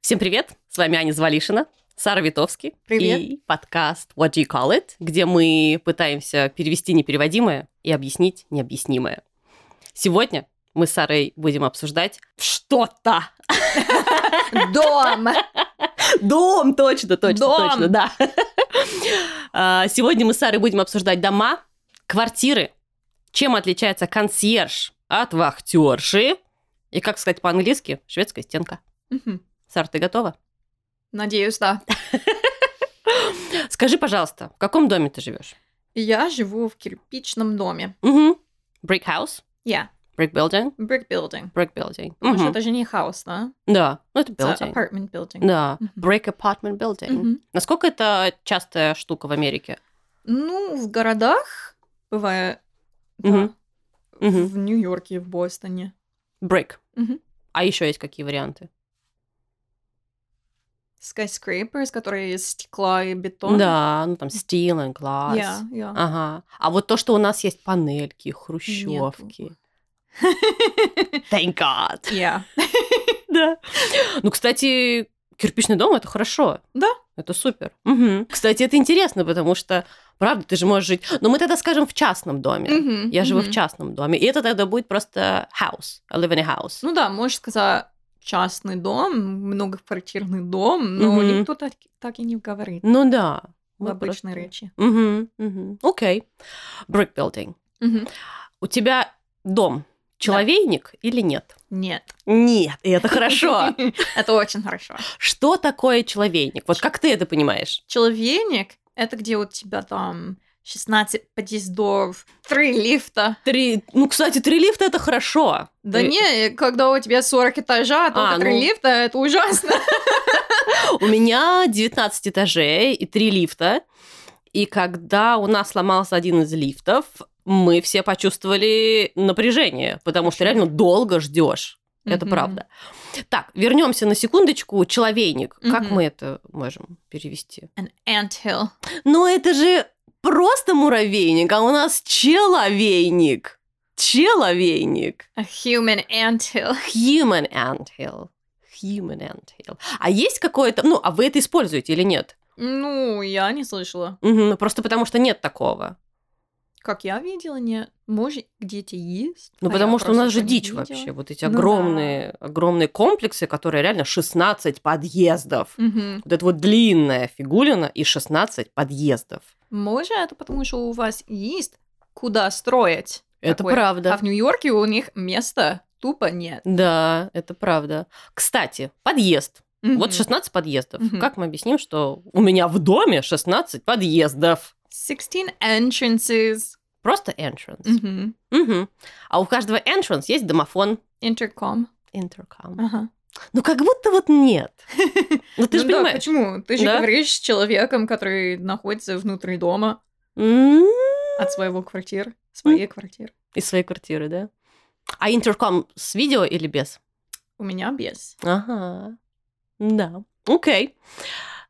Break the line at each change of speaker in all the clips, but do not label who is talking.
Всем привет! С вами Аня Звалишина, Сара Витовский.
Привет.
И подкаст What Do You Call It, где мы пытаемся перевести непереводимое и объяснить необъяснимое. Сегодня мы с Сарой будем обсуждать что-то.
Дом.
Дом, точно, точно,
Дом.
точно, да. А, Сегодня мы с Сарой будем обсуждать дома, квартиры, чем отличается консьерж от вахтерши и, как сказать по-английски, шведская стенка.
Мгм.
Сара, ты готова?
Надеюсь, да.
Скажи, пожалуйста, в каком доме ты живешь?
Я живу в кирпичном доме.
Угу. Brick house,
Я.
brick building,
Brick building.
brick building. Ну,
Потому что
Мгм.
это же не хаус, да?
Да, ну это
Это
building.
apartment building.
Да,
Мгм.
brick apartment building.
Мгм.
Насколько это частая штука в Америке?
Ну, в городах бывает. да.
Мгм. Мгм.
В Нью-Йорке, в Бостоне.
Brick.
Мгм.
А еще есть какие варианты?
Skyscrapers, которые из стекла и бетона.
Да, ну там steel and glass.
Я, я.
Ага. А вот то, что у нас есть панельки, хрущевки. Thank God.
Я.
Да. Ну, кстати, кирпичный дом это хорошо.
Да.
Это супер. Мгм. Кстати, это интересно, потому что, правда, ты же можешь жить. Но мы тогда скажем в частном доме.
Мгм,
Я живу в
мгм.
частном доме. И это тогда будет просто house. I live in a house.
Ну да, можешь сказать частный дом, многоквартирный дом, но
Мгм.
никто так, так и не говорит
Ну да.
в
Мы
обычной
просто-
речи.
Мгм, мгм. Окей. Brick building.
Мгм.
У тебя дом человейник или нет?
Нет.
Нет, и это хорошо.
Это очень хорошо.
Что такое человейник? Вот как ты это понимаешь?
Человек — это где у тебя там 16 подъездов, три лифта.
Три... Ну, кстати, три лифта это хорошо.
Да
Ты-
не, когда у тебя 40 этажа, только
Э, А,
три
ну.
лифта, это ужасно.
У меня 19 этажей и три лифта. И когда у нас сломался один из лифтов, мы все почувствовали напряжение, потому что реально долго ждешь. Это
Мгм.
правда. Так, вернемся на секундочку. Человейник. Как
Мгм.
мы это можем перевести?
An ant hill.
Но это же просто муравейник, а у нас человейник. Человейник.
A human ant hill.
Human anthill. Human anthill. А есть какое-то... Ну, а вы это используете или нет?
Ну, я не слышала.
Мгм, Ну, просто потому что нет такого.
Как я видела, нет. Может, где-то есть.
Ну,
а
потому
я
что у нас
просто
же
не
дичь
видела.
вообще. Вот эти
Ну да.
огромные, огромные комплексы, которые реально 16 подъездов.
Мгм.
Вот это вот длинная фигулина и 16 подъездов.
Может, это потому что у вас есть куда строить.
Это
такое.
правда.
А в Нью-Йорке у них места тупо нет.
Да, это правда. Кстати, подъезд. Вот
Мгм.
16 подъездов.
Мгм.
Как мы объясним, что у меня в доме 16 подъездов?
16 entrances.
Просто entrance.
Мгм.
Мгм. А у каждого entrance есть домофон.
Intercom.
Intercom.
Ага.
Ну, как будто вот нет. Ну, ты же
А. Ну да,
понимаешь.
почему? Ты же
Да?
говоришь с человеком, который находится внутри дома
М,
от своего квартиры, своей квартиры.
Из своей квартиры, да? А интерком с видео или без?
У меня без.
Ага. Да. Окей.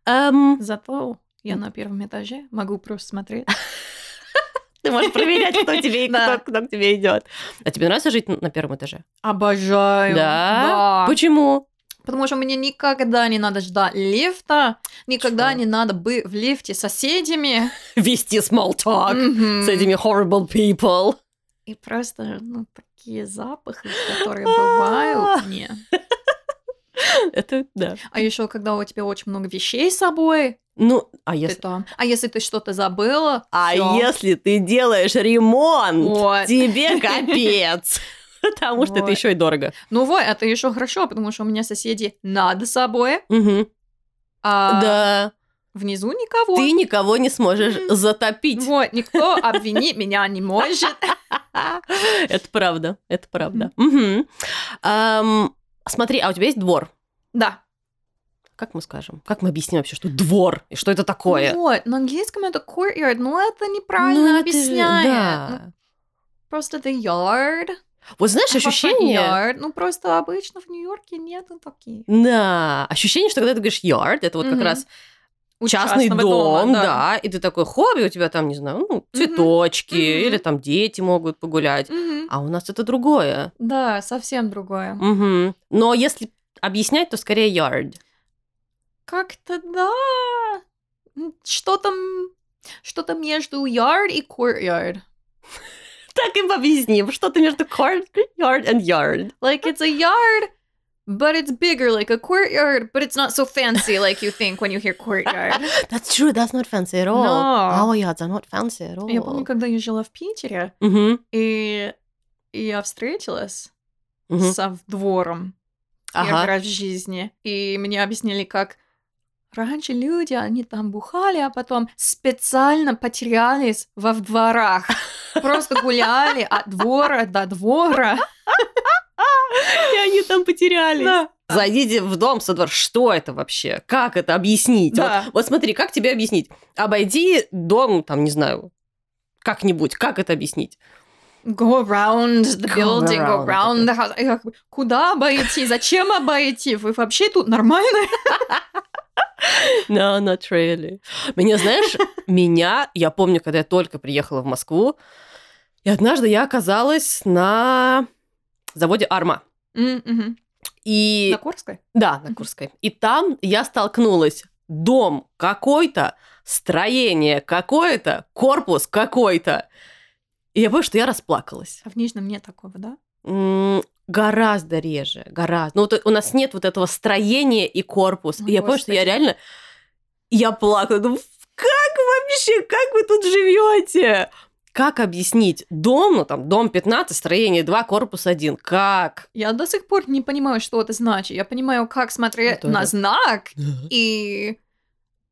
Эм,
Зато я на первом этаже могу просто смотреть.
ты можешь проверять, кто тебе и
Да.
кто, кто к тебе идет. А тебе нравится жить на первом этаже?
Обожаю.
Да? Почему?
Потому что мне никогда не надо ждать лифта, никогда
Что?
не надо быть в лифте с соседями.
Вести small talk
Мгм.
с этими horrible people.
И просто, ну, такие запахи, которые бывают мне.
Это да.
А еще, когда у тебя очень много вещей с собой,
Ну, а
ты
если...
там. А если ты что-то забыла?
А
всё.
если ты делаешь ремонт,
Вот.
тебе капец. Потому что это
Вот.
еще и дорого.
Ну вот, это еще хорошо, потому что у меня соседи над собой,
Мгм.
а
Да.
внизу никого.
Ты никого не сможешь
Мгм.
затопить.
Вот, никто обвинить меня не может.
Это правда, это правда. Мгм. Ам, Смотри, а у тебя есть двор?
Да.
Как мы скажем? Как мы объясним вообще, что двор и что это такое?
Ну Вот, на английском это courtyard, но это неправильно
Ну, это же-
объясняет. Ну,
да.
Просто the yard.
Вот знаешь,
а потом
ощущение...
yard. Ну, просто обычно в Нью-Йорке ну, нету таких.
Да, ощущение, что когда ты говоришь yard, это вот как
Мгм.
раз
У
частный
частного
дом,
дома,
да. и ты такой хобби, у тебя там, не знаю, ну, цветочки,
Мгм.
или там дети могут погулять.
Мгм.
А у нас это другое.
Да, совсем другое.
Мгм. Но если объяснять, то скорее yard.
Как-то да. М, Что там... Что-то между yard и courtyard.
Так им объясним, что-то между courtyard and yard.
Like it's a yard, but it's bigger, like a courtyard, but it's not so fancy like you think when you hear courtyard.
That's true, that's not fancy at all.
No.
Our yards are not fancy at all.
Я помню, когда я жила в Питере,
Мгм,
и я встретилась
мгм.
со двором первый
Ага.
раз в жизни, и мне объяснили, как раньше люди, они там бухали, а потом специально потерялись во в дворах. Просто гуляли от двора до двора.
И они там потерялись.
Да.
Зайдите в дом со двора. Что это вообще? Как это объяснить?
Да.
Вот, вот смотри, как тебе объяснить? Обойди дом, там, не знаю, как-нибудь. Как это объяснить?
Go around the
Go
building, go
around
around the house. Я как бы, Куда обойти? Зачем обойти? Вы вообще тут нормально?
No, not really. Меня, знаешь, меня, я помню, когда я только приехала в Москву, и однажды я оказалась на заводе Арма.
М, мгм.
И...
На Курской?
Да, на Курской. И там я столкнулась. Дом какой-то, строение какое-то, корпус какой-то. И я помню, что я расплакалась.
А в Нижнем нет такого, да?
М, Гораздо реже, гораздо. Ну, вот у нас нет вот этого строения и корпус.
О,
и я помню, что я
Господи.
реально... Я плакала. Думаю, как вообще, как вы тут живете? Как объяснить? Дом, ну там, дом 15, строение 2, корпус 1. Как?
Я до сих пор не понимаю, что это значит. Я понимаю, как
Я
смотреть
тоже.
на знак и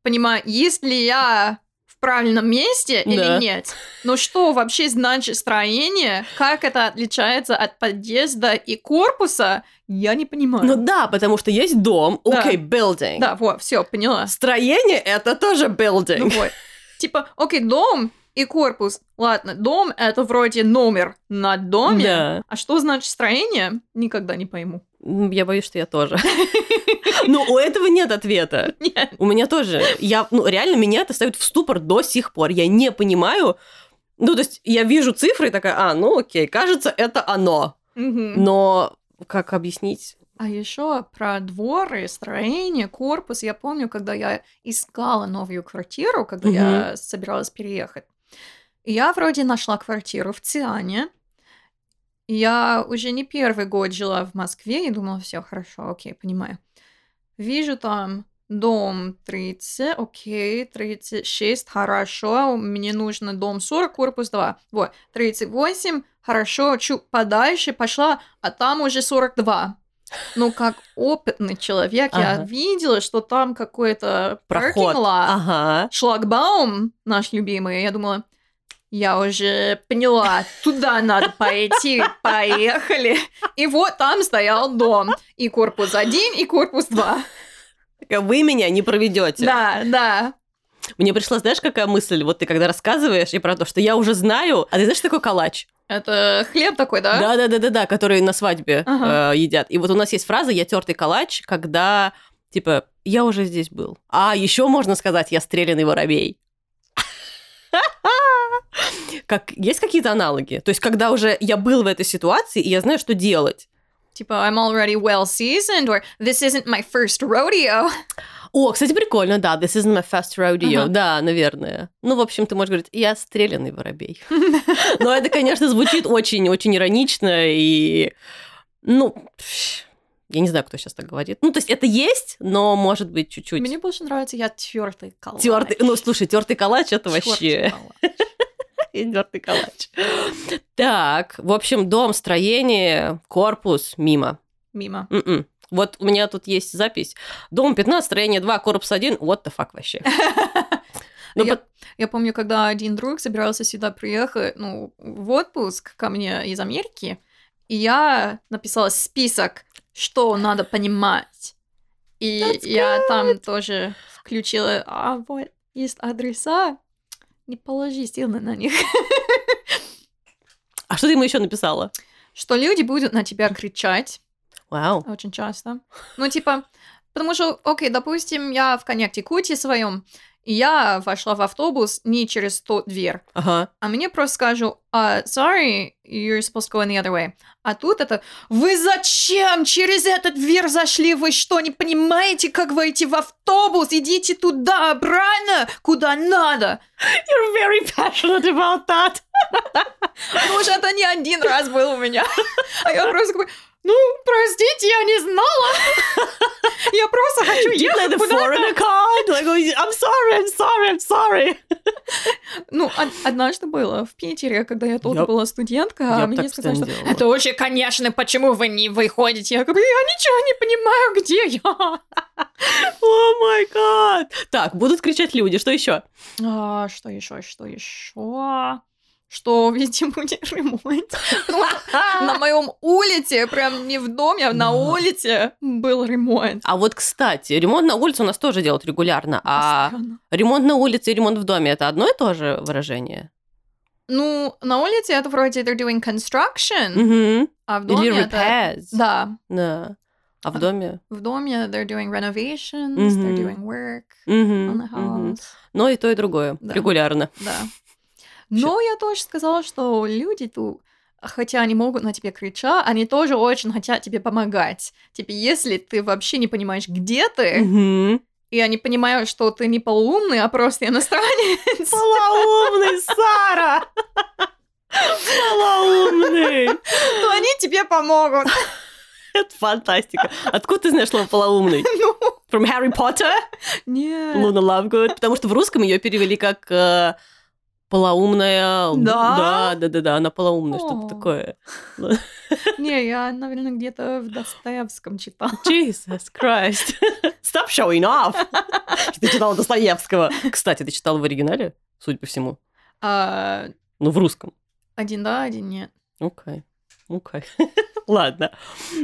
понимаю, есть ли я в правильном месте
Да.
или нет. Но что вообще значит строение? Как это отличается от подъезда и корпуса? Я не понимаю.
Ну да, потому что есть дом,
Да.
окей, building.
Да, вот, все, поняла.
А Строение это тоже
Ну
building.
вот. Типа, окей, дом и корпус. Ладно, дом это вроде номер на доме.
Да.
А что значит строение? Никогда не пойму.
М, Ну, Я боюсь, что я тоже. Но Ну, у этого нет ответа.
Нет.
У меня тоже. Я, ну, реально, меня это ставит в ступор до сих пор. Я не понимаю. Ну, то есть, я вижу цифры и такая, а, ну окей, кажется, это оно.
Мгм.
Но как объяснить?
А еще про дворы, строение, корпус. Я помню, когда я искала новую квартиру, когда я собиралась переехать. И я вроде нашла квартиру в Циане. И Я уже не первый год жила в Москве и думала, все хорошо, окей, понимаю. Вижу там дом 30, окей, 36, хорошо, мне нужно дом 40, корпус 2. Вот, 38, хорошо, чуть подальше пошла, а там уже 42. Ну, как опытный человек,
Ага.
я видела, что там какой-то
Проход.
parking lot,
Ага.
шлагбаум наш любимый. Я думала, я уже поняла, туда надо пойти, поехали. И вот там стоял дом. И корпус один, и корпус два.
Такая, Вы меня не проведете.
Да, да.
Мне пришла, знаешь, какая мысль? Вот ты когда рассказываешь и про то, что я уже знаю, а ты знаешь, что такое калач?
Это хлеб такой, да?
Да, да, да, да, да, которые на свадьбе
Ага.
э, едят. И вот у нас есть фраза Я тертый калач, когда типа я уже здесь был. А еще можно сказать я стрелянный воробей. Как, есть какие-то аналоги? То есть, когда уже я был в этой ситуации, и я знаю, что делать.
Типа, I'm already well seasoned, or this isn't my first rodeo.
О, кстати, прикольно, да, this isn't my first rodeo,
Ага.
да, наверное. Ну, в общем, ты можешь говорить, я стрелянный воробей. Но это, конечно, звучит очень-очень иронично и... Ну, пф, я не знаю, кто сейчас так говорит. Ну, то есть это есть, но может быть чуть-чуть.
Мне больше нравится, я твердый калач.
Тертый, ну слушай, тертый калач это
Чёртый
вообще
калач.
тертый калач. Так, в общем, дом, строение, корпус мимо.
Мимо.
Мгм. Вот у меня тут есть запись. Дом 15, строение 2, корпус 1. What the fuck вообще? Ну,
я, я помню, когда один друг собирался сюда приехать, ну, в отпуск ко мне из Америки, и я написала список, что надо понимать. И
That's
я там тоже включила, а вот есть адреса, не положи силы на них.
А что ты ему еще написала?
Что люди будут на тебя кричать
Вау.
очень часто. Ну, типа, потому что, окей, допустим, я в Коннектикуте своем, И я вошла в автобус не через тот дверь,
Ага.
а мне просто скажу, «А, sorry, you're supposed to go in the other way. А тут это, вы зачем через этот дверь зашли? Вы что, не понимаете, как войти в автобус? Идите туда, обратно, куда надо.
You're very passionate about that.
Ну уж это не один раз был у меня. А я просто такой, ну, простите, я не знала. Я просто хочу ехать куда-то.
card. Like, oh, I'm sorry, I'm sorry, I'm sorry.
Ну, од- однажды было в Питере, когда я тоже
Я-
была студентка,
я
а
б
мне
так
сказали, что
постоянно делала.
это очень, конечно, почему вы не выходите? Я говорю, я ничего не понимаю, где я.
О май гад. Так, будут кричать люди. Что еще?
А, что еще, что еще? Что, видимо, не ремонт. Потому что На моем улице, прям не в доме, а на
Да.
улице был ремонт.
А вот, кстати, ремонт на улице у нас тоже делают регулярно. А
Постоянно.
ремонт на улице и ремонт в доме это одно и то же выражение?
Ну, на улице это вроде they're doing construction,
Мгм.
а в доме
Или
это...
repairs.
Да,
Да. А в доме?
в доме they're doing renovations, they're
Мгм.
doing work on
Мгм,
the
мгм.
house.
Но и то, и другое.
Да.
Регулярно.
Да. Но я тоже сказала, что люди тут, хотя они могут на тебя кричать, они тоже очень хотят тебе помогать. Типа, если ты вообще не понимаешь, где ты,
Мгм.
и они понимают, что ты не полуумный, а просто иностранец,
Полоумный, Сара! Полоумный!
то они тебе помогут.
Это фантастика. Откуда ты знаешь слово полоумный?
Ну,
From Harry Potter?
нет.
Луна Лавгуд. Потому что в русском ее перевели как э, полоумная.
Да?
Да, да, да, да, она полоумная, что-то
О.
такое.
Не, я, наверное, где-то в Достоевском читала.
Jesus Christ. Stop showing off. Ты читала Достоевского. Кстати, ты читала в оригинале, судя по всему.
А,
Ну, в русском.
Один да, один нет.
Окей. Окей. Ладно.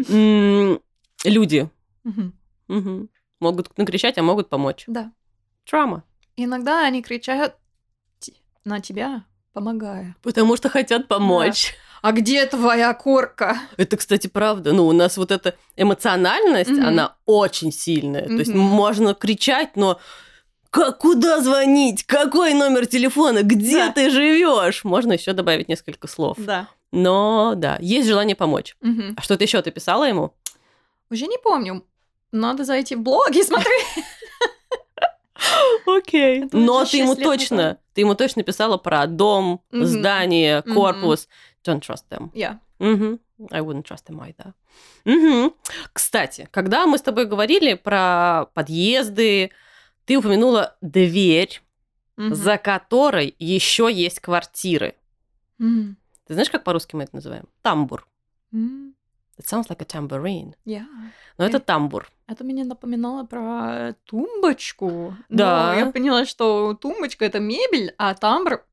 М, Люди
Мгм.
Мгм. могут накричать, а могут помочь.
Да.
Трама.
Иногда они кричат ти- на тебя, помогая.
Потому что хотят помочь.
А где твоя корка?
Это, кстати, правда. Ну, у нас вот эта эмоциональность,
Мгм.
она очень сильная. То есть
Мгм.
можно кричать, но «Ка- куда звонить? Какой номер телефона? Где
Да.
ты живешь? Можно еще добавить несколько слов.
Да.
Но да, есть желание помочь.
Мгм.
А что-то еще ты писала ему?
Уже не помню. Надо зайти в блог и смотреть.
Окей.
Ну, Это
Но
уже
ты ему
шесть лет
точно,
назад.
ты ему точно писала про дом,
Мгм.
здание,
Мгм.
корпус. Don't trust them.
Я.
Мгм. I wouldn't trust him either. Мгм. Кстати, когда мы с тобой говорили про подъезды, ты упомянула дверь,
Мгм.
за которой еще есть квартиры.
М.
Ты знаешь, как по-русски мы это называем? Тамбур.
М.
It sounds like a tambourine.
Я.
Но это
Э.
тамбур.
Это мне напоминало про тумбочку. Но
Да.
я поняла, что тумбочка это мебель, а тамбр...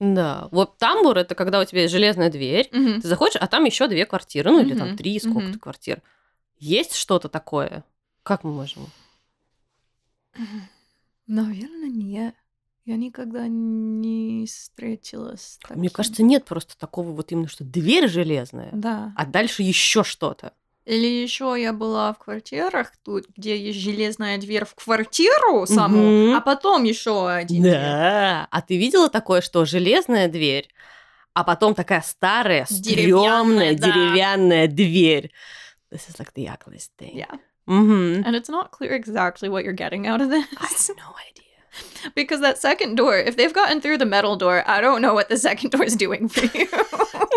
Да. Вот тамбур это когда у тебя есть железная дверь,
Мгм.
ты заходишь, а там еще две квартиры, ну или там
Мгм.
три, сколько-то
Мгм.
квартир. Есть что-то такое? Как мы можем?
Наверное, не. Я никогда не встретилась с таким.
Мне кажется, нет просто такого вот именно, что дверь железная.
Да.
а дальше еще что-то.
Или еще я была в квартирах тут, где есть железная дверь в квартиру саму,
Мгм.
а потом еще один. дверь.
Да. А ты видела такое, что железная дверь, а потом такая старая,
Деревянная,
стрёмная
да.
деревянная дверь. This is like the ugliest thing.
Yeah.
Мгм.
And it's not clear exactly what you're getting out of
I
this.
have no idea.
Because that second door, if they've gotten through the metal door, I don't know what the second door is doing for you.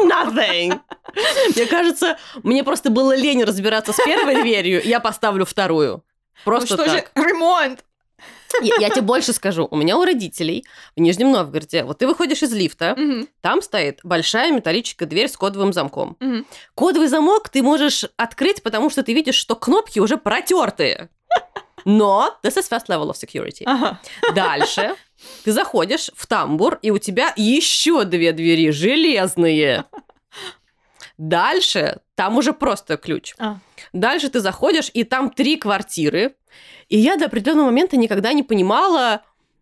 Nothing. Мне кажется, мне просто было лень разбираться с первой дверью, я поставлю вторую. Просто
Ну что
так.
же, ремонт!
Я, я тебе больше скажу. У меня у родителей в Нижнем Новгороде, вот ты выходишь из лифта,
Мгм,
там стоит большая металлическая дверь с кодовым замком.
мгм.
Кодовый замок ты можешь открыть, потому что ты видишь, что кнопки уже протертые. Но this is first level of security.
Ага.
Дальше ты заходишь в тамбур, и у тебя еще две двери железные. Дальше там уже просто ключ.
А.
Дальше ты заходишь, и там три квартиры. И я до определенного момента никогда не понимала...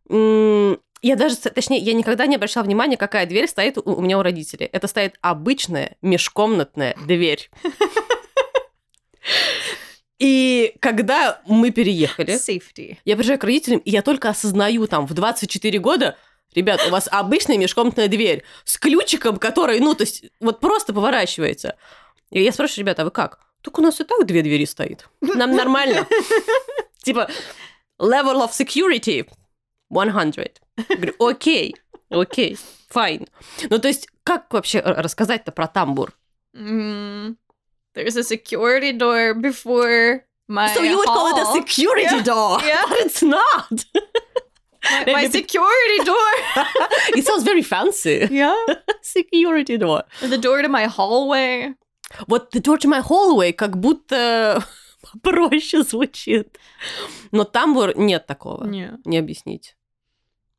м, Я даже, с- точнее, я никогда не обращала внимания, какая дверь стоит у- у меня у родителей. Это стоит обычная межкомнатная дверь. И когда мы переехали,
Safety.
я приезжаю к родителям, и я только осознаю там в 24 года, ребят, у вас обычная межкомнатная дверь с ключиком, который, ну, то есть, вот просто поворачивается. И я спрашиваю, ребята, а вы как? Так у нас и так две двери стоит. Нам нормально. Типа, level of security 100. Я говорю, окей, окей, fine. Ну, то есть, как вообще рассказать-то про тамбур?
Mm, there's a security door before my
So you would call it a
hall.
security
Yeah.
door,
Yeah.
but it's not.
My, my security door.
It sounds very fancy.
yeah.
Security door.
The door to my hallway.
Вот The Door to My Hallway как будто проще звучит. Но тамбур нет такого.
Не.
Не объяснить.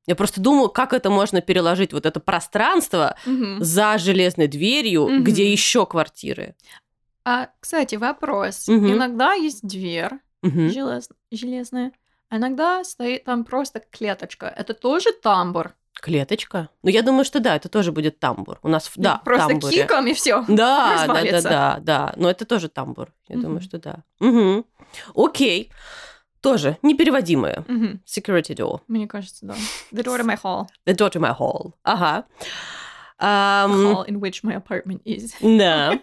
Я просто думала, как это можно переложить, вот это пространство
Мгм.
за железной дверью,
Мгм.
где еще квартиры.
А, Uh, кстати, вопрос.
Мгм.
Иногда есть дверь
Мгм.
желез- железная, а иногда стоит там просто клеточка. Это тоже тамбур.
Клеточка. Ну, я думаю, что да, это тоже будет тамбур. У нас, в- да, в
Ну, Просто
тамбуре.
киком и все.
Да, да, да,
развалится.
да, да. Но это тоже тамбур. Я думаю,
Мгм.
что да. Мгм. Окей. Тоже непереводимое. Security door.
Мне кажется, да. The door to my hall.
The door to my hall. Ага. Ам,
Hall in which my apartment is.
да.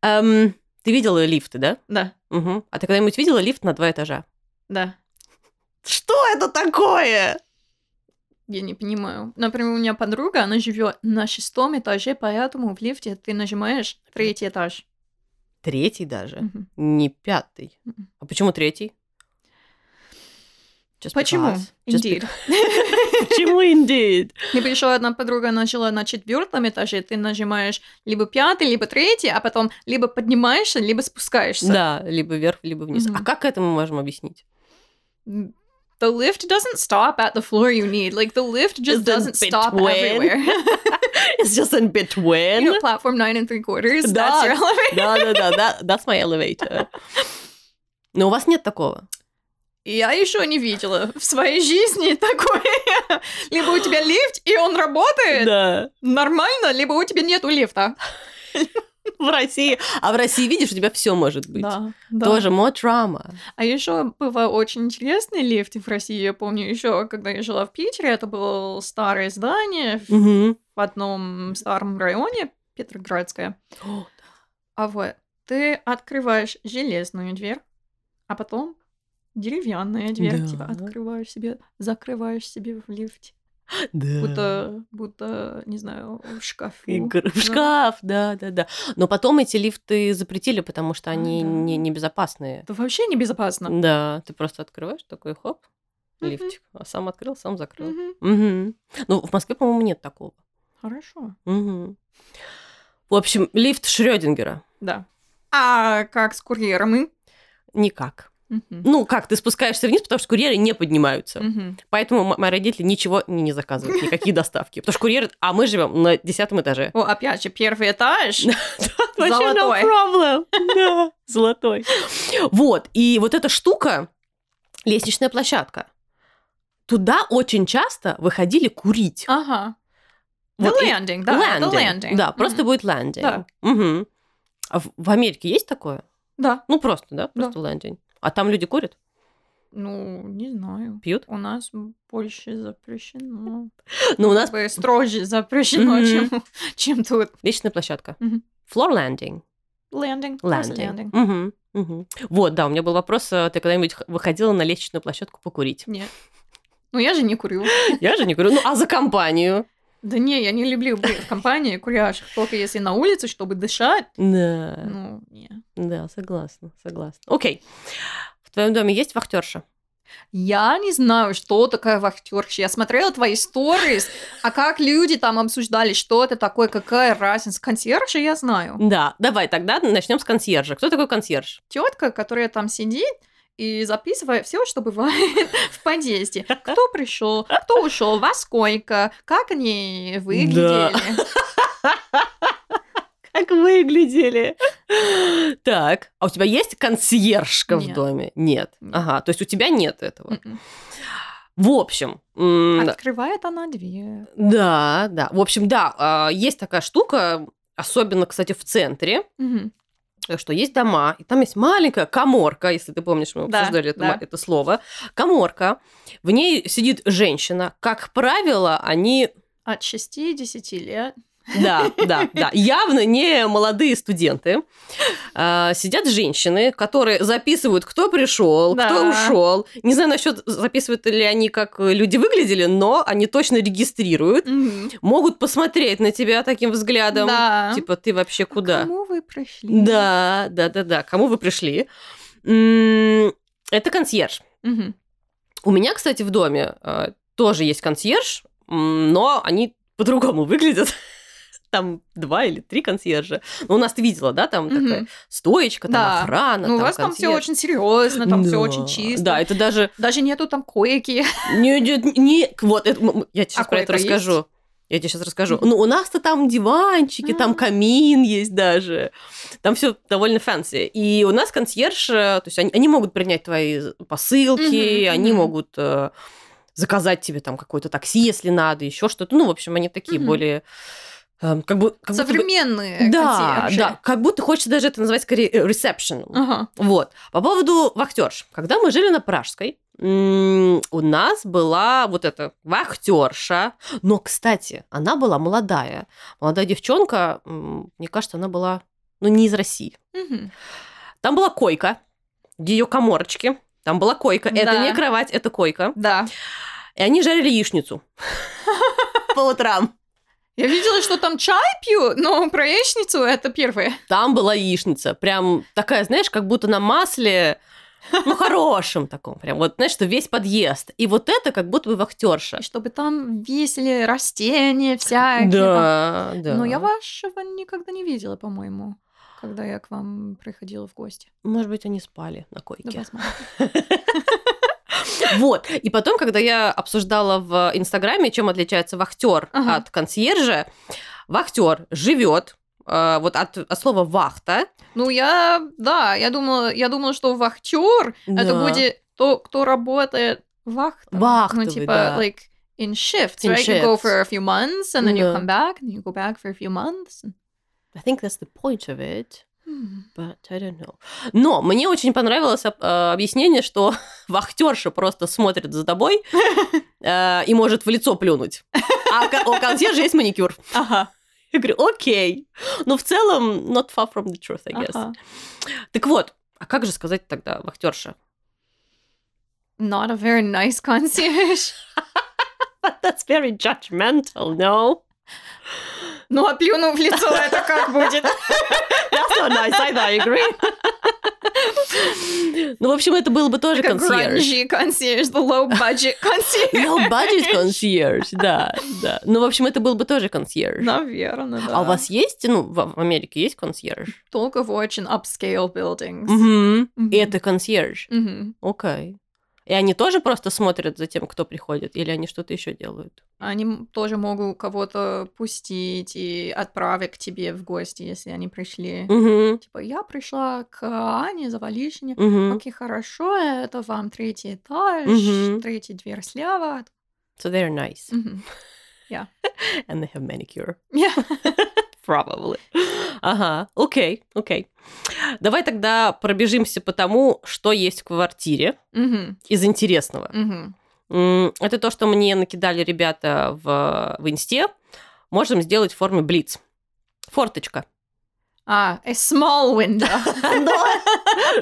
Ам, ты видела лифты, да?
Да,
Мгм. А ты когда-нибудь видела лифт на два этажа?
да.
Что это такое?
Я не понимаю. Например, у меня подруга, она живет на шестом этаже, поэтому в лифте ты нажимаешь третий этаж.
Третий даже.
Мгм.
Не пятый.
Мгм.
А почему третий? Just
Почему?
because. Just
Indeed.
because. Почему indeed?
Либо еще одна подруга она жила на четвертом этаже, ты нажимаешь либо пятый, либо третий, а потом либо поднимаешься, либо спускаешься.
Да, либо вверх, либо вниз.
Мгм.
А как это мы можем объяснить?
The lift doesn't stop at the floor you need. Like the lift just
It's in
doesn't stop
between.
everywhere.
It's just in
you
between.
know, platform nine and three quarters. That's
Да.
your elevator.
Да, да, да, да, that's my elevator. Но у вас нет такого.
Я еще не видела в своей жизни такое. Либо у тебя лифт, и он работает
Да.
нормально, либо у тебя нету лифта.
В России. А в России, видишь, у тебя все может быть.
да.
Тоже модрама.
А еще был очень интересный лифт в России. Я помню еще, когда я жила в Питере, это было старое здание в-
Угу.
в одном старом районе, Петроградское. А вот ты открываешь железную дверь, а потом деревянная дверь,
Да.
типа открываешь себе, закрываешь себе в лифте,
Да.
будто, будто, не знаю, в шкафу.
Игр- В
Да.
шкаф, да, да, да. Но потом эти лифты запретили, потому что они
Да.
не- небезопасные.
Это вообще небезопасно.
Да, ты просто открываешь такой хоп,
Мгм.
лифтик. А сам открыл, сам закрыл.
Мгм.
Мгм. Ну, в Москве, по-моему, нет такого.
Хорошо.
Мгм. В общем, лифт Шрёдингера.
Да. А как с курьером?
Никак.
Мгм.
Ну, как, ты спускаешься вниз, потому что курьеры не поднимаются.
Мгм.
Поэтому м- мои родители ничего не, не заказывают, никакие доставки. Потому что курьеры... А мы живем на десятом этаже.
О, опять же, первый этаж.
Вообще no
Золотой.
problem. Да, золотой. Вот, и вот эта штука, лестничная площадка, туда очень часто выходили курить.
Ага. The
Вот и-
landing, А, да, the
Landing.
landing.
Да, просто
Мгм.
будет лендинг.
Да.
Мгм. А в- в Америке есть такое?
Да.
Ну, просто, да?
Да.
Просто лендинг. А там люди курят?
Ну, не знаю.
Пьют?
У нас больше запрещено.
Но Ну, у
У
нас
нас бы строже запрещено,
Мгм.
чем, чем тут.
лестничная площадка.
Мгм.
Floor landing.
Landing. просто
Ландинг.
landing.
Мгм, мгм. Вот, да, у меня был вопрос, э, ты когда-нибудь х- выходила на лестничную площадку покурить?
Нет. Ну, я же не курю.
Я же не говорю, ну а за компанию?
Да не, я не люблю быть в компании курящих, только если на улице, чтобы дышать.
Да,
Ну, не.
да, согласна, согласна. Окей. В твоем доме есть вахтерша?
Я не знаю, что такое вахтерша. Я смотрела твои сторис, а как люди там обсуждали, что это такое, какая разница. Консьержа я знаю.
Да, давай тогда начнем с консьержа. Кто такой консьерж?
тетка, которая там сидит и записывает все, что бывает в подъезде. Кто пришел, кто ушел, во сколько, как они выглядели.
Как выглядели? Так, а у тебя есть консьержка в
Нет.
доме? Нет.
Нет.
Ага, то есть у тебя нет этого.
Мгм.
В общем, м,
Открывает она дверь.
Да, да. В общем, да, а, есть такая штука, особенно, кстати, в центре,
Мгм.
что есть дома, и там есть маленькая коморка, если ты помнишь, мы
Да,
обсуждали это,
да.
ма- это слово. Коморка. В ней сидит женщина. Как правило, они
От 60 лет.
да, да, да. Явно не молодые студенты. А, Сидят женщины, которые записывают, кто пришел, кто
Да.
ушел. Не знаю насчет, записывают ли они, как люди выглядели, но они точно регистрируют.
Мгм.
Могут посмотреть на тебя таким взглядом.
Да.
Типа, ты вообще куда?
Кому вы пришли?
Да, да, да, да. Кому вы пришли? М, Это консьерж.
Мгм.
У меня, кстати, в доме э, тоже есть консьерж, м, но они по-другому выглядят. Там два или три консьержа. Ну, у нас ты видела, да, там
Мгм.
такая стоечка, там
Да.
охрана,
Ну, у
там
вас там все
консьерж.
очень серьезно, там все
Да.
очень чисто.
Да, А это даже...
Даже нету там койки.
Не, не, не- вот, это м- м- я тебе сейчас
А
про это
койка есть?
расскажу. Я тебе сейчас расскажу.
Мгм. А.
Ну, у нас-то там диванчики, там
М.
камин есть даже. Там все довольно фэнси. И у нас консьерж, э, то есть они, они могут принять твои посылки,
Мгм,
они
мгм.
могут э, заказать тебе там какое-то такси, если надо, еще что-то. Ну, в общем, они такие
Мгм.
более... э, как бы, как будто бы-
Современные
Да,
консьержи.
да. Как будто хочется даже это называть скорее э, ресепшеном.
Ага.
Вот. По поводу вахтерш. Когда мы жили на Пражской, м, у нас была вот эта вахтерша. Но, кстати, она была молодая. Молодая девчонка, м, мне кажется, она была, ну, не из России.
Мгм.
Там была койка, ее коморочки. Там была койка. Это
Да.
не кровать, это койка.
Да.
И они жарили яичницу. По утрам.
Я видела, что там чай пью, но про яичницу это первое.
Там была яичница. Прям такая, знаешь, как будто на масле, ну, хорошем таком. Прям вот, знаешь, что весь подъезд. И вот это как будто бы вахтерша.
И чтобы там весили растения всякие. там.
Да, да.
Но Ну, я вашего никогда не видела, по-моему, когда я к вам приходила в гости.
Может быть, они спали на
Да,
койке.
возможно.
Вот. И потом, когда я обсуждала в Инстаграме, чем отличается вахтер
Ага.
от консьержа, вахтер живет э, вот от, от слова вахта.
Ну, я, да, я думала, я думала, что вахтер это
Да.
будет то, кто работает вахтом.
Вахтовый,
ну, типа,
да.
like, in shifts,
In
right? You go
shifts.
for a few months, and then you
Да.
come back, and you go back for a few months.
I think that's the point of it,
М.
but I don't know. Но мне очень понравилось об- э, объяснение, что вахтерша просто смотрит за тобой э, и может в лицо плюнуть. А ко- у консьержа есть маникюр.
Ага.
Я говорю, окей. Но в целом, not far from the truth, I guess.
ага.
Так вот, а как же сказать тогда вахтерша?
Not a very nice concierge.
But that's very judgmental, no?
Ну, а плюну в лицо это как будет?
That's not nice either, I agree. Ну, в общем, это было бы тоже
Как
консьерж.
grungy concierge, the low budget concierge.
No budget concierge, да, да. Ну, в общем, это был бы тоже консьерж.
Наверное, да.
А у вас есть, ну, в в Америке есть консьерж?
только в очень upscale buildings.
Мгм.
Мгм.
И это консьерж,
Мгм.
окей. И они тоже просто смотрят за тем, кто приходит, или они что-то еще делают?
Они м- тоже могут кого-то пустить и отправить к тебе в гости, если они пришли.
Мгм.
Типа, я пришла к Ане за Валишине.
Мгм.
Окей, хорошо, это вам третий этаж,
Мгм.
третья дверь слева.
So they're nice.
Мгм.
And they have manicure.
Я-
Probably. Ага, окей, окей. Давай тогда пробежимся по тому, что есть в квартире
Мгм.
из интересного.
Мгм.
М, Это то, что мне накидали ребята в, в инсте. Можем сделать в форме блиц. Форточка.
А, a small window.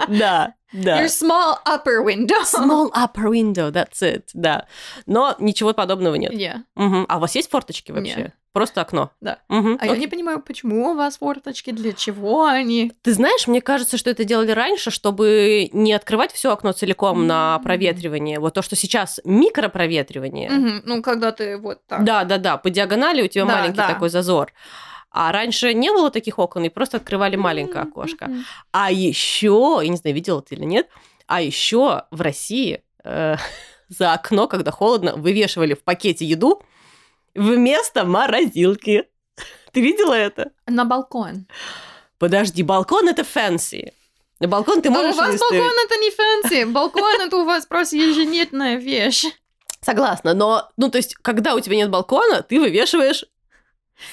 Да, да.
Your small upper window.
Small upper window, that's it, да. Но ничего подобного нет.
Yeah.
Мгм. А у вас есть форточки вообще?
Нет.
Просто окно?
Да.
Мгм.
А я не понимаю, почему у вас форточки, для чего они?
Ты знаешь, мне кажется, что это делали раньше, чтобы не открывать все окно целиком на
М.
проветривание. Вот то, что сейчас микропроветривание.
Мгм. Ну, когда ты вот так.
Да, да, да, по диагонали у тебя
Да,
маленький
да.
такой зазор. А раньше не было таких окон, и просто открывали маленькое окошко.
Мгм.
А еще, я не знаю, видела ты или нет, а еще в России э, за окно, когда холодно, вывешивали в пакете еду вместо морозилки. Ты видела это?
На балкон.
Подожди, балкон это фэнси. На балкон ты
Но у
можешь
вас
выставить.
балкон это не фэнси. Балкон это у вас просто еженитная вещь.
Согласна, но, ну, то есть, когда у тебя нет балкона, ты вывешиваешь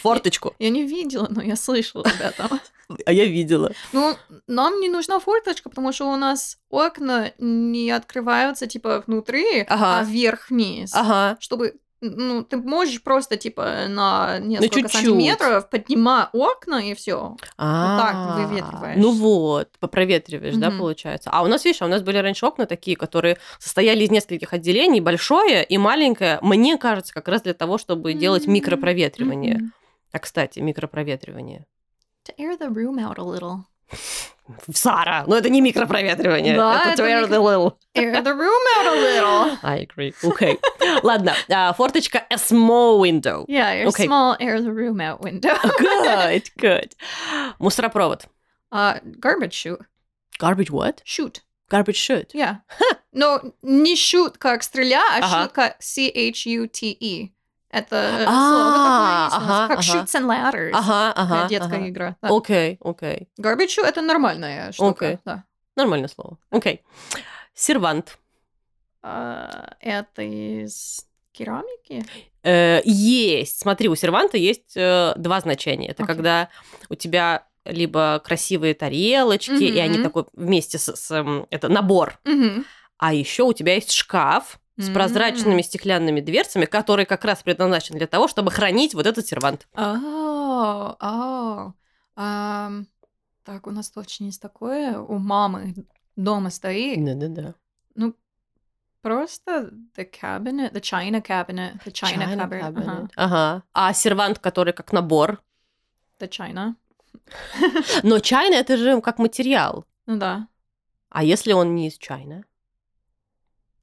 Форточку.
Я не видела, но я слышала тебя там.
А я видела.
Ну, нам не нужна форточка, потому что у нас окна не открываются, типа, внутри,
Ага.
а вверх-вниз.
Ага.
Чтобы, ну, ты можешь просто, типа, на несколько
чуть-чуть.
сантиметров поднимай окна, и все.
А,
выветриваешь.
Ну вот, проветриваешь, да,
Мгм.
получается. А у нас, видишь, а у нас были раньше окна такие, которые состояли из нескольких отделений, большое и маленькое, мне кажется, как раз для того, чтобы делать
М,
микропроветривание. А, кстати, микропроветривание.
To air the room out a little.
Сара, но это не микропроветривание.
Да,
это,
это
tear
микро-
the little.
Air the room out a little.
I agree. Okay. Ладно, а, форточка a small window.
Yeah, your
Okay.
small air the room out window.
Good, good. Мусоропровод.
Uh, garbage chute.
Garbage what?
Shoot.
Garbage shoot.
Yeah. Но не shoot как стреля, а
Ага.
shoot как C-H-U-T-E. Это э,
А,
слово такое есть у нас,
ага,
Как
ага.
shoots and ladders.
Ага,
Такая
ага.
детская
ага.
игра. Да.
Окей, окей.
Garbage chute — это нормальная
Окей.
штука. да.
Нормальное слово. Окей. Сервант.
А, Это из керамики?
Э, есть. Смотри, у серванта есть э, два значения. Это
Окей.
когда у тебя либо красивые тарелочки, и они
Мгм.
такой вместе с, с, эм, это набор.
Мгм.
А еще у тебя есть шкаф с
М.
прозрачными стеклянными дверцами, который как раз предназначен для того, чтобы хранить вот этот сервант.
О, о. А, Ам, Так, у нас точно есть такое. У мамы дома стоит.
Да-да-да.
Ну, просто the cabinet, the china cabinet, the china, cupboard, ага,
Ага. А сервант, который как набор.
the china.
Но чайна это же как материал.
Ну да,
А если он не из чайна?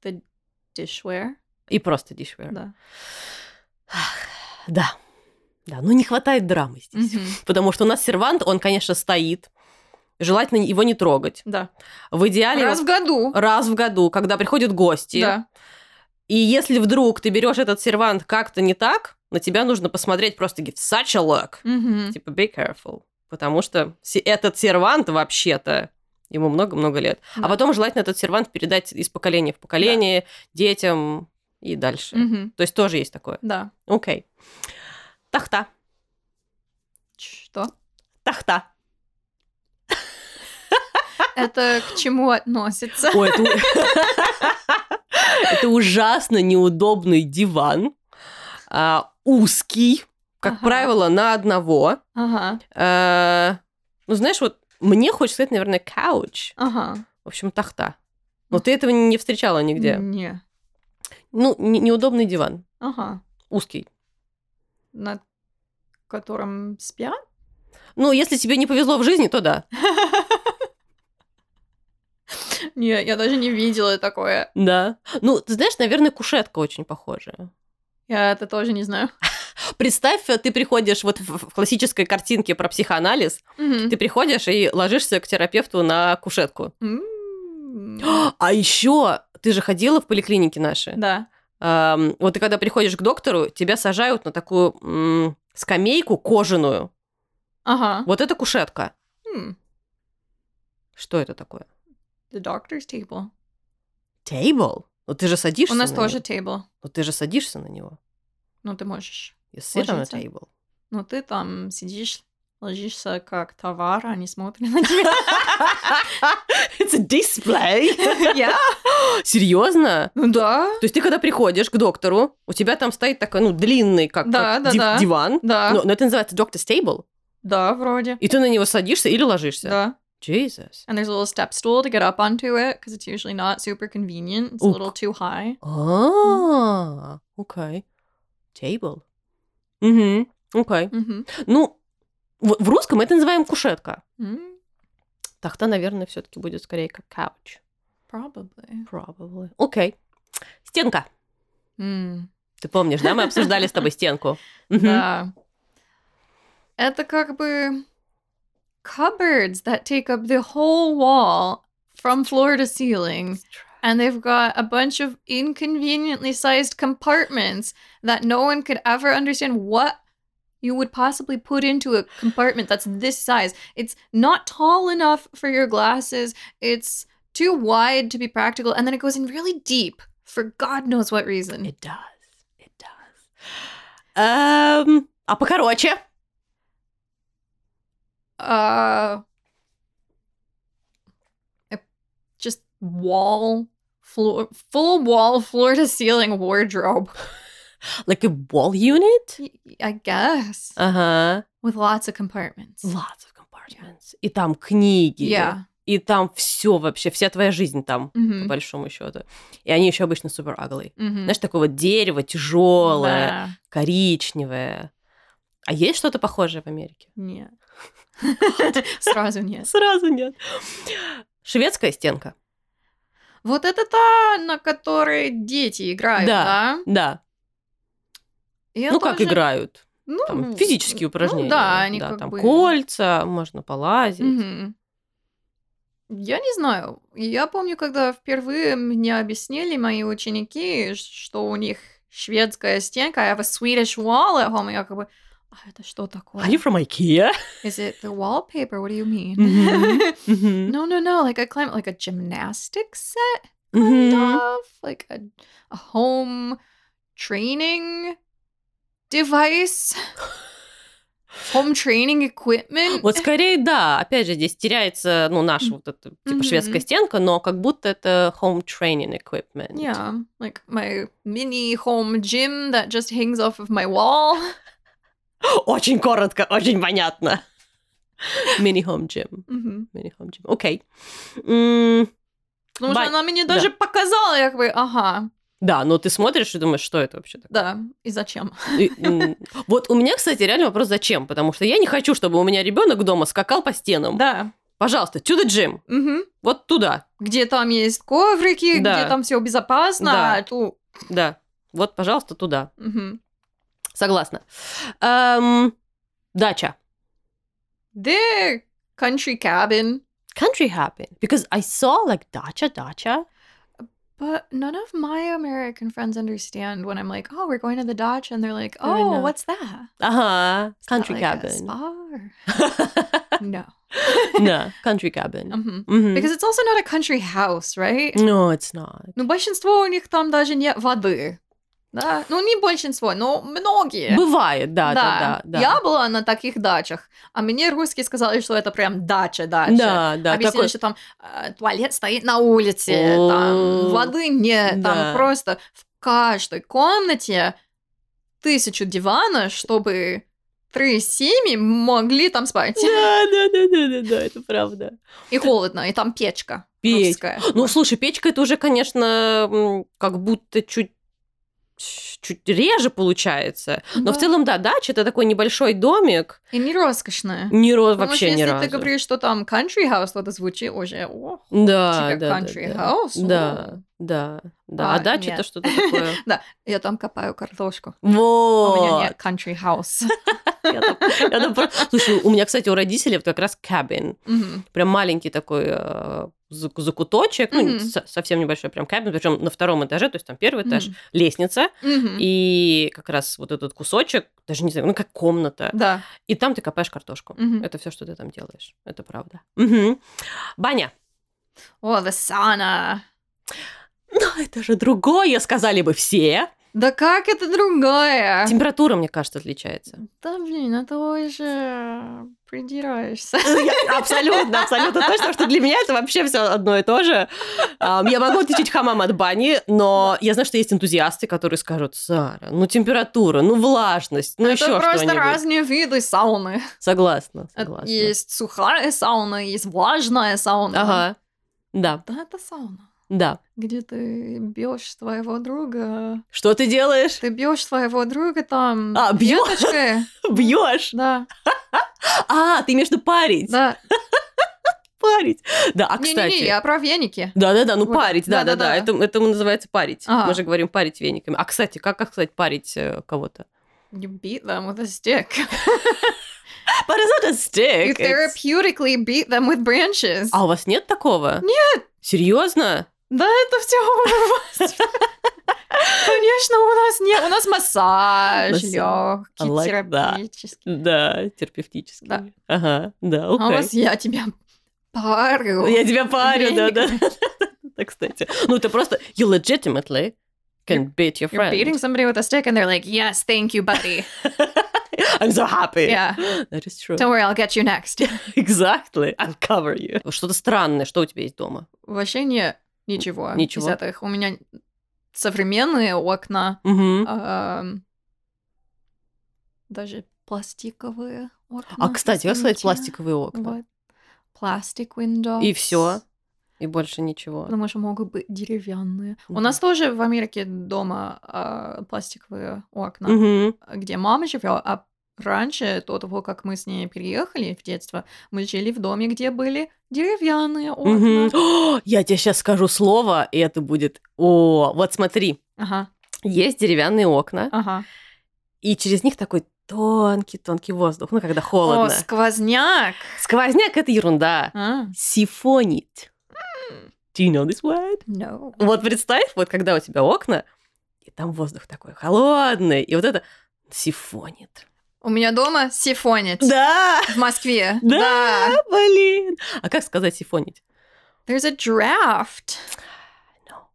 the dishware,
И просто дешевле.
да.
Да. Да, но не хватает драмы здесь.
Мгм,
Потому что у нас сервант, он, конечно, стоит. Желательно его не трогать.
Да.
В идеале
Раз в году.
раз в году, когда приходят гости.
Да.
И если вдруг ты берешь этот сервант как-то не так, на тебя нужно посмотреть просто give such a look.
Мгм.
Типа, be careful. Потому что се- этот сервант вообще-то ему много-много лет. А
Да.
потом желательно этот сервант передать из поколения в поколение детям и дальше.
Мгм,
То есть тоже есть такое.
Да.
Окей. Тахта.
Что?
Тахта.
Это к чему относится?
Ой, это... у- Это ужасно неудобный диван. а, Узкий, как
Ага.
правило, на одного.
Ага,
Э, Ну, знаешь, вот мне хочется сказать, наверное, кауч.
ага.
В общем, тахта. Но ты этого не встречала нигде.
Не.
Ну, не- неудобный диван.
Ага.
Узкий.
На котором спят?
Ну, если тебе не повезло в жизни, то да.
Не, я даже не видела такое.
Да. Ну, ты знаешь, наверное, кушетка очень похожая.
Я это тоже не знаю.
Представь, э, ты приходишь вот в в классической картинке про психоанализ,
Мгм.
Ты приходишь и ложишься к терапевту на кушетку.
М,
А еще ты же ходила в поликлинике наши.
Да.
Эм, вот ты когда приходишь к доктору, тебя сажают на такую м, скамейку кожаную.
Ага.
Вот это кушетка.
М,
Что это такое?
The doctor's table.
Тейбл? Ну ты же садишься.
У нас
на
тоже
него.
table.
Ну ты же садишься на него.
Ну, ты можешь.
You sit on a
Ложиться.
table.
Ну, ты там сидишь, ложишься как товар, они смотрят на тебя.
It's a display.
Я?
Серьезно?
Ну да,
То есть ты когда приходишь к доктору, у тебя там стоит такой, ну, длинный, как,
Да,
как
да,
див-
да.
диван. Но,
да,
но это называется doctor's table.
да, вроде.
И ты на него садишься или ложишься.
Да.
Jesus.
And there's a little step stool to get up onto it, because it's usually not super convenient. It's a
Ух.
little too high.
А, окей. Table. Мгм, окей.
Мгм.
Ну, в в русском это называем кушетка.
М,
Тахта, наверное, все таки будет скорее как couch.
Probably.
Probably. Окей. Стенка.
М,
Ты помнишь, да? Мы обсуждали с тобой стенку. Мгм.
Да. Это Uh, как бы cupboards that take up the whole wall from floor to ceiling. And they've got a bunch of inconveniently sized compartments that no one could ever understand what you would possibly put into a compartment that's this size. It's not tall enough for your glasses, it's too wide to be practical, and then it goes in really deep for God knows what reason.
It does. It does. Эм, А покороче?
Uh, a- э, just wall, floor, full wall, floor to ceiling wardrobe.
Like a wall unit?
Y- I guess
Ага.
with lots of compartments.
Lots of compartments. И там книги.
Yeah.
И там все вообще, вся твоя жизнь там, по
Mm-hmm.
большому счету. И они еще обычно супер ugly.
Mm-hmm.
Знаешь, такое вот дерево тяжелое, коричневое. А есть что-то похожее в Америке?
Нет. Сразу нет.
Сразу нет. Шведская стенка.
Вот это та, на которой дети играют,
Да.
да?
Да.
Я
ну, как
тоже-
играют?
Ну,
Там физические
ну,
упражнения.
да, они как
там
бы...
кольца, можно полазить.
Мгм. Я не знаю. Я помню, когда впервые мне объяснили мои ученики, что у них шведская стенка, I have a Swedish wall at home. Я как бы, а это что такое?
Are you from IKEA?
Is it the wallpaper? What do you mean?
Мгм. Мгм.
no, no, no. Like I climb like a gymnastic set kind
Мгм.
of, like a, a home training device, home training equipment.
Вот скорее, да, опять же, здесь теряется, ну, наша вот эта, типа,
Мгм.
шведская стенка, но как будто это home training equipment.
Yeah, like my mini home gym that just hangs off of my wall.
Очень коротко, очень понятно. Mini-home gym.
Мгм.
Mini-home gym. Окей. М,
Потому
Бань,
что она мне
да.
даже показала, я как бы, ага,
Да, но ты смотришь и думаешь, что это вообще такое?
да, и зачем?
И, м, Вот у меня, кстати, реально вопрос, зачем? Потому что я не хочу, чтобы у меня ребенок дома скакал по стенам.
Да.
Пожалуйста, to the gym.
Мгм.
Вот туда.
Где там есть коврики,
Да.
где там все безопасно.
Да.
а ту-
Да. Вот, пожалуйста, туда.
Мгм.
Согласна. Эм, дача.
The country cabin,
Country happy. Because I saw like дача, дача.
but none of my American friends understand when I'm like, oh, we're going to the Dutch, and they're like,
They're
oh,
not.
what's that?
Ага,
Is that
country
like a
cabin.
spa or- no,
Да, country cabin.
Мгм.
Мгм.
because it's also not a country house, right?
No, it's not.
Ну, большинство у них там даже нет воды. Да? Ну, не большинство, но многие.
Бывает, да, да, да. да.
Я была на таких дачах, а мне русские сказали, что это прям дача-дача.
Да, да,
Объяснили,
такой-
что там э, туалет стоит на улице,
О,
там воды нет,
да.
там просто в каждой комнате тысячу диванов, чтобы три семьи могли там спать.
Да, да, да, да, да, да, это правда.
И холодно, и там печка
Печь.
русская.
Ну, слушай, печка это уже, конечно, м, как будто чуть чуть реже получается. Но в
Да.
целом, да, дача это такой небольшой домик,
И не роскошная.
ни ро-
Потому
вообще
что
ни
Ну, если
разу.
ты говоришь, что там country house, то это звучит уже, о,
А, да, да,
типа
да,
country
да.
house,
Да, да, да. А,
А,
дача это
нет.
что-то такое.
я там копаю картошку. А У меня
Во!
нет country house.
Я там- я там про- Слушай, у меня, кстати, у родителей вот как раз cabin.
Мгм.
Прям маленький такой э, зак- закуточек, ну,
Мгм.
со- совсем небольшой прям cabin, причем на втором этаже, то есть там первый этаж,
Мгм.
лестница,
Мгм.
и как раз вот этот кусочек, даже не знаю, ну как комната,
Да.
и там ты копаешь картошку.
Мгм.
Это все, что ты там делаешь, это правда. Мгм. Баня.
О, the sauna.
Но это же другое, сказали бы все.
Да как это другая?
Температура, мне кажется, отличается.
Да блин, это уже придираешься.
Ну, Я- Абсолютно, абсолютно точно, потому что для меня это вообще все одно и то же. Ам, Я могу отличить хамам от бани, но я знаю, что есть энтузиасты, которые скажут, Сара, ну температура, ну влажность, ну еще
это просто
что-нибудь.
разные виды сауны.
Согласна,
Это
согласна.
Есть сухая сауна, есть влажная сауна.
Ага, да,
Да, это сауна.
да.
Где ты бьешь твоего друга.
Что ты делаешь?
Ты бьешь твоего друга там.
А, бью?
пяточкой.
Бьешь.
Да,
А, ты между парить.
да.
Парить. Да, а кстати.
Не-не-не, я про веники.
Да-да-да, ну
Вот.
парить, да-да-да,
Да-да-да.
это, это называется парить.
Ага.
Мы же говорим парить вениками. А, кстати, как, как сказать парить э, кого-то?
You beat them with a stick.
But it's not a stick,
You
it's-
therapeutically beat them with branches.
А у вас нет такого? Нет. Серьезно?
Да, это все у вас. Конечно, у нас нет. У нас массаж
Массаж. I
легкий,
like that.
терапевтический.
Да, терапевтически.
Да.
Ага, да,
А у
окей. Ну,
вас я тебя парю.
Я тебя парю, да-да.
Вениками.
Да, кстати. Ну, ты просто... You legitimately can beat your
You're
friend.
beating somebody with a stick, and they're like, yes, thank you, buddy.
I'm so happy.
Yeah.
That is true.
Don't worry, I'll get you next.
Exactly. I'll cover you. Что-то странное, что у тебя есть дома?
Вообще не ничего.
Ничего.
Из этих у меня современные окна,
Мгм.
эм, даже пластиковые окна.
А, кстати, как сказать
извините.
пластиковые окна?
Вот. Пластик windows.
И всё? И больше ничего.
Потому что могут быть деревянные. У
Мгм.
нас тоже в Америке дома а, пластиковые окна,
Мгм.
где мама живет, а раньше, до того, как мы с ней переехали в детство, мы жили в доме, где были деревянные окна.
Мгм. О, Я тебе сейчас скажу слово, и это будет... О, вот смотри.
Ага,
Есть деревянные окна,
ага.
и через них такой тонкий-тонкий воздух, ну, когда
О,
холодно.
сквозняк!
Сквозняк — это ерунда.
А,
Сифонить. Do you know this word?
no.
Вот представь, вот когда у тебя окна, и там воздух такой холодный, и вот это сифонит.
У меня дома сифонит.
Да!
В Москве.
Да, блин! А как сказать сифонить?
There's a draft.
No.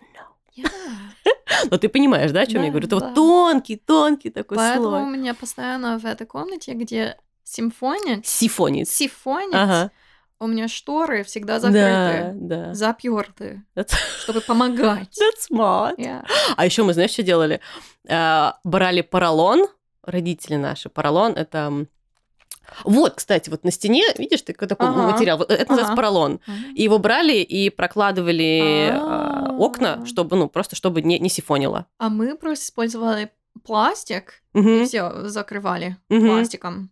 No.
Yeah.
Но Ну, ты понимаешь, да, о чем
Да,
я говорю? Это
да.
вот тонкий, тонкий такой
Поэтому у
слой.
меня постоянно в этой комнате, где симфонит,
Сифонит.
сифонит,
Ага.
у меня шторы
Да,
всегда закрыты,
да.
заперты,
That's,
чтобы помогать.
that's smart.
Yeah.
А еще мы, знаешь, что делали? Э, Брали поролон, родители наши. Поролон — это... м, Вот, кстати, вот на стене, видишь, ты такой
Ага.
материал. вот Это называется
Ага.
поролон. И его брали и прокладывали
А.
э, окна, чтобы, ну, просто чтобы не, не сифонило.
А мы просто использовали пластик,
Мгм.
все закрывали
Мгм.
пластиком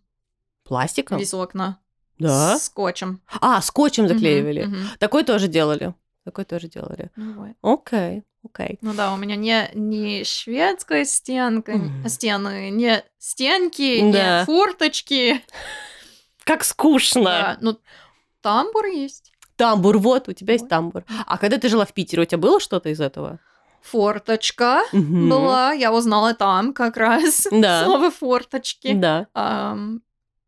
Пластиком?
без окна,
Да.
с скотчем.
А, скотчем заклеивали.
Мгм, мгм.
Такой тоже делали. Такой тоже делали.
Ну вот.
Окей, окей.
Ну да, у меня не, не шведская стенка,
Мгм.
стены, не стенки,
Да.
не фурточки.
Как скучно.
Да, ну, тамбур есть.
Тамбур, вот, у тебя есть
Вот.
тамбур. А когда ты жила в Питере, у тебя было что-то из этого?
Форточка
Мгм.
была, я узнала там как раз
Да.
слово форточки.
Да.
Ам,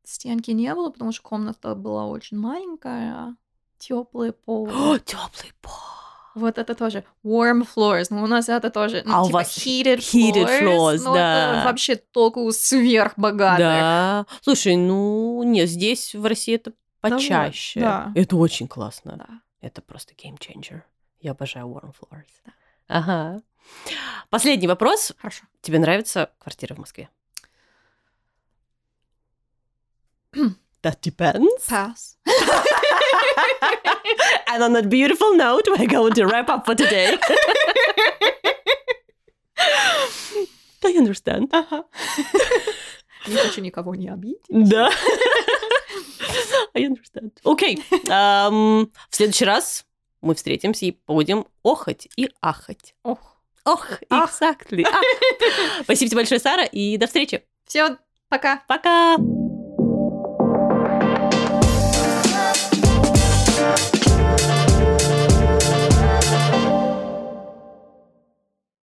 стенки не было, потому что комната была очень маленькая, теплый пол.
теплый пол.
вот это тоже warm floors. Ну, у нас это тоже ну,
А у
типа
вас
heated,
heated floors,
ну,
да.
это вообще толку сверхбогатых.
Да. Слушай, ну нет, здесь в России это
Да вот,
почаще.
да.
Это очень классно.
Да.
Это просто game changer. Я обожаю warm floors. Ага. Последний вопрос.
Хорошо.
Тебе нравится квартира в Москве? That depends.
Pass.
And on that beautiful note, we're going to wrap up for today. I understand.
Не хочу никого не обидеть.
Да. I understand. Окей. Ам, В следующий раз мы встретимся и будем охать и ахать.
Ох.
Ох,
Ах.
exactly. ах. Спасибо тебе большое, Сара, и до встречи.
Все, пока.
Пока.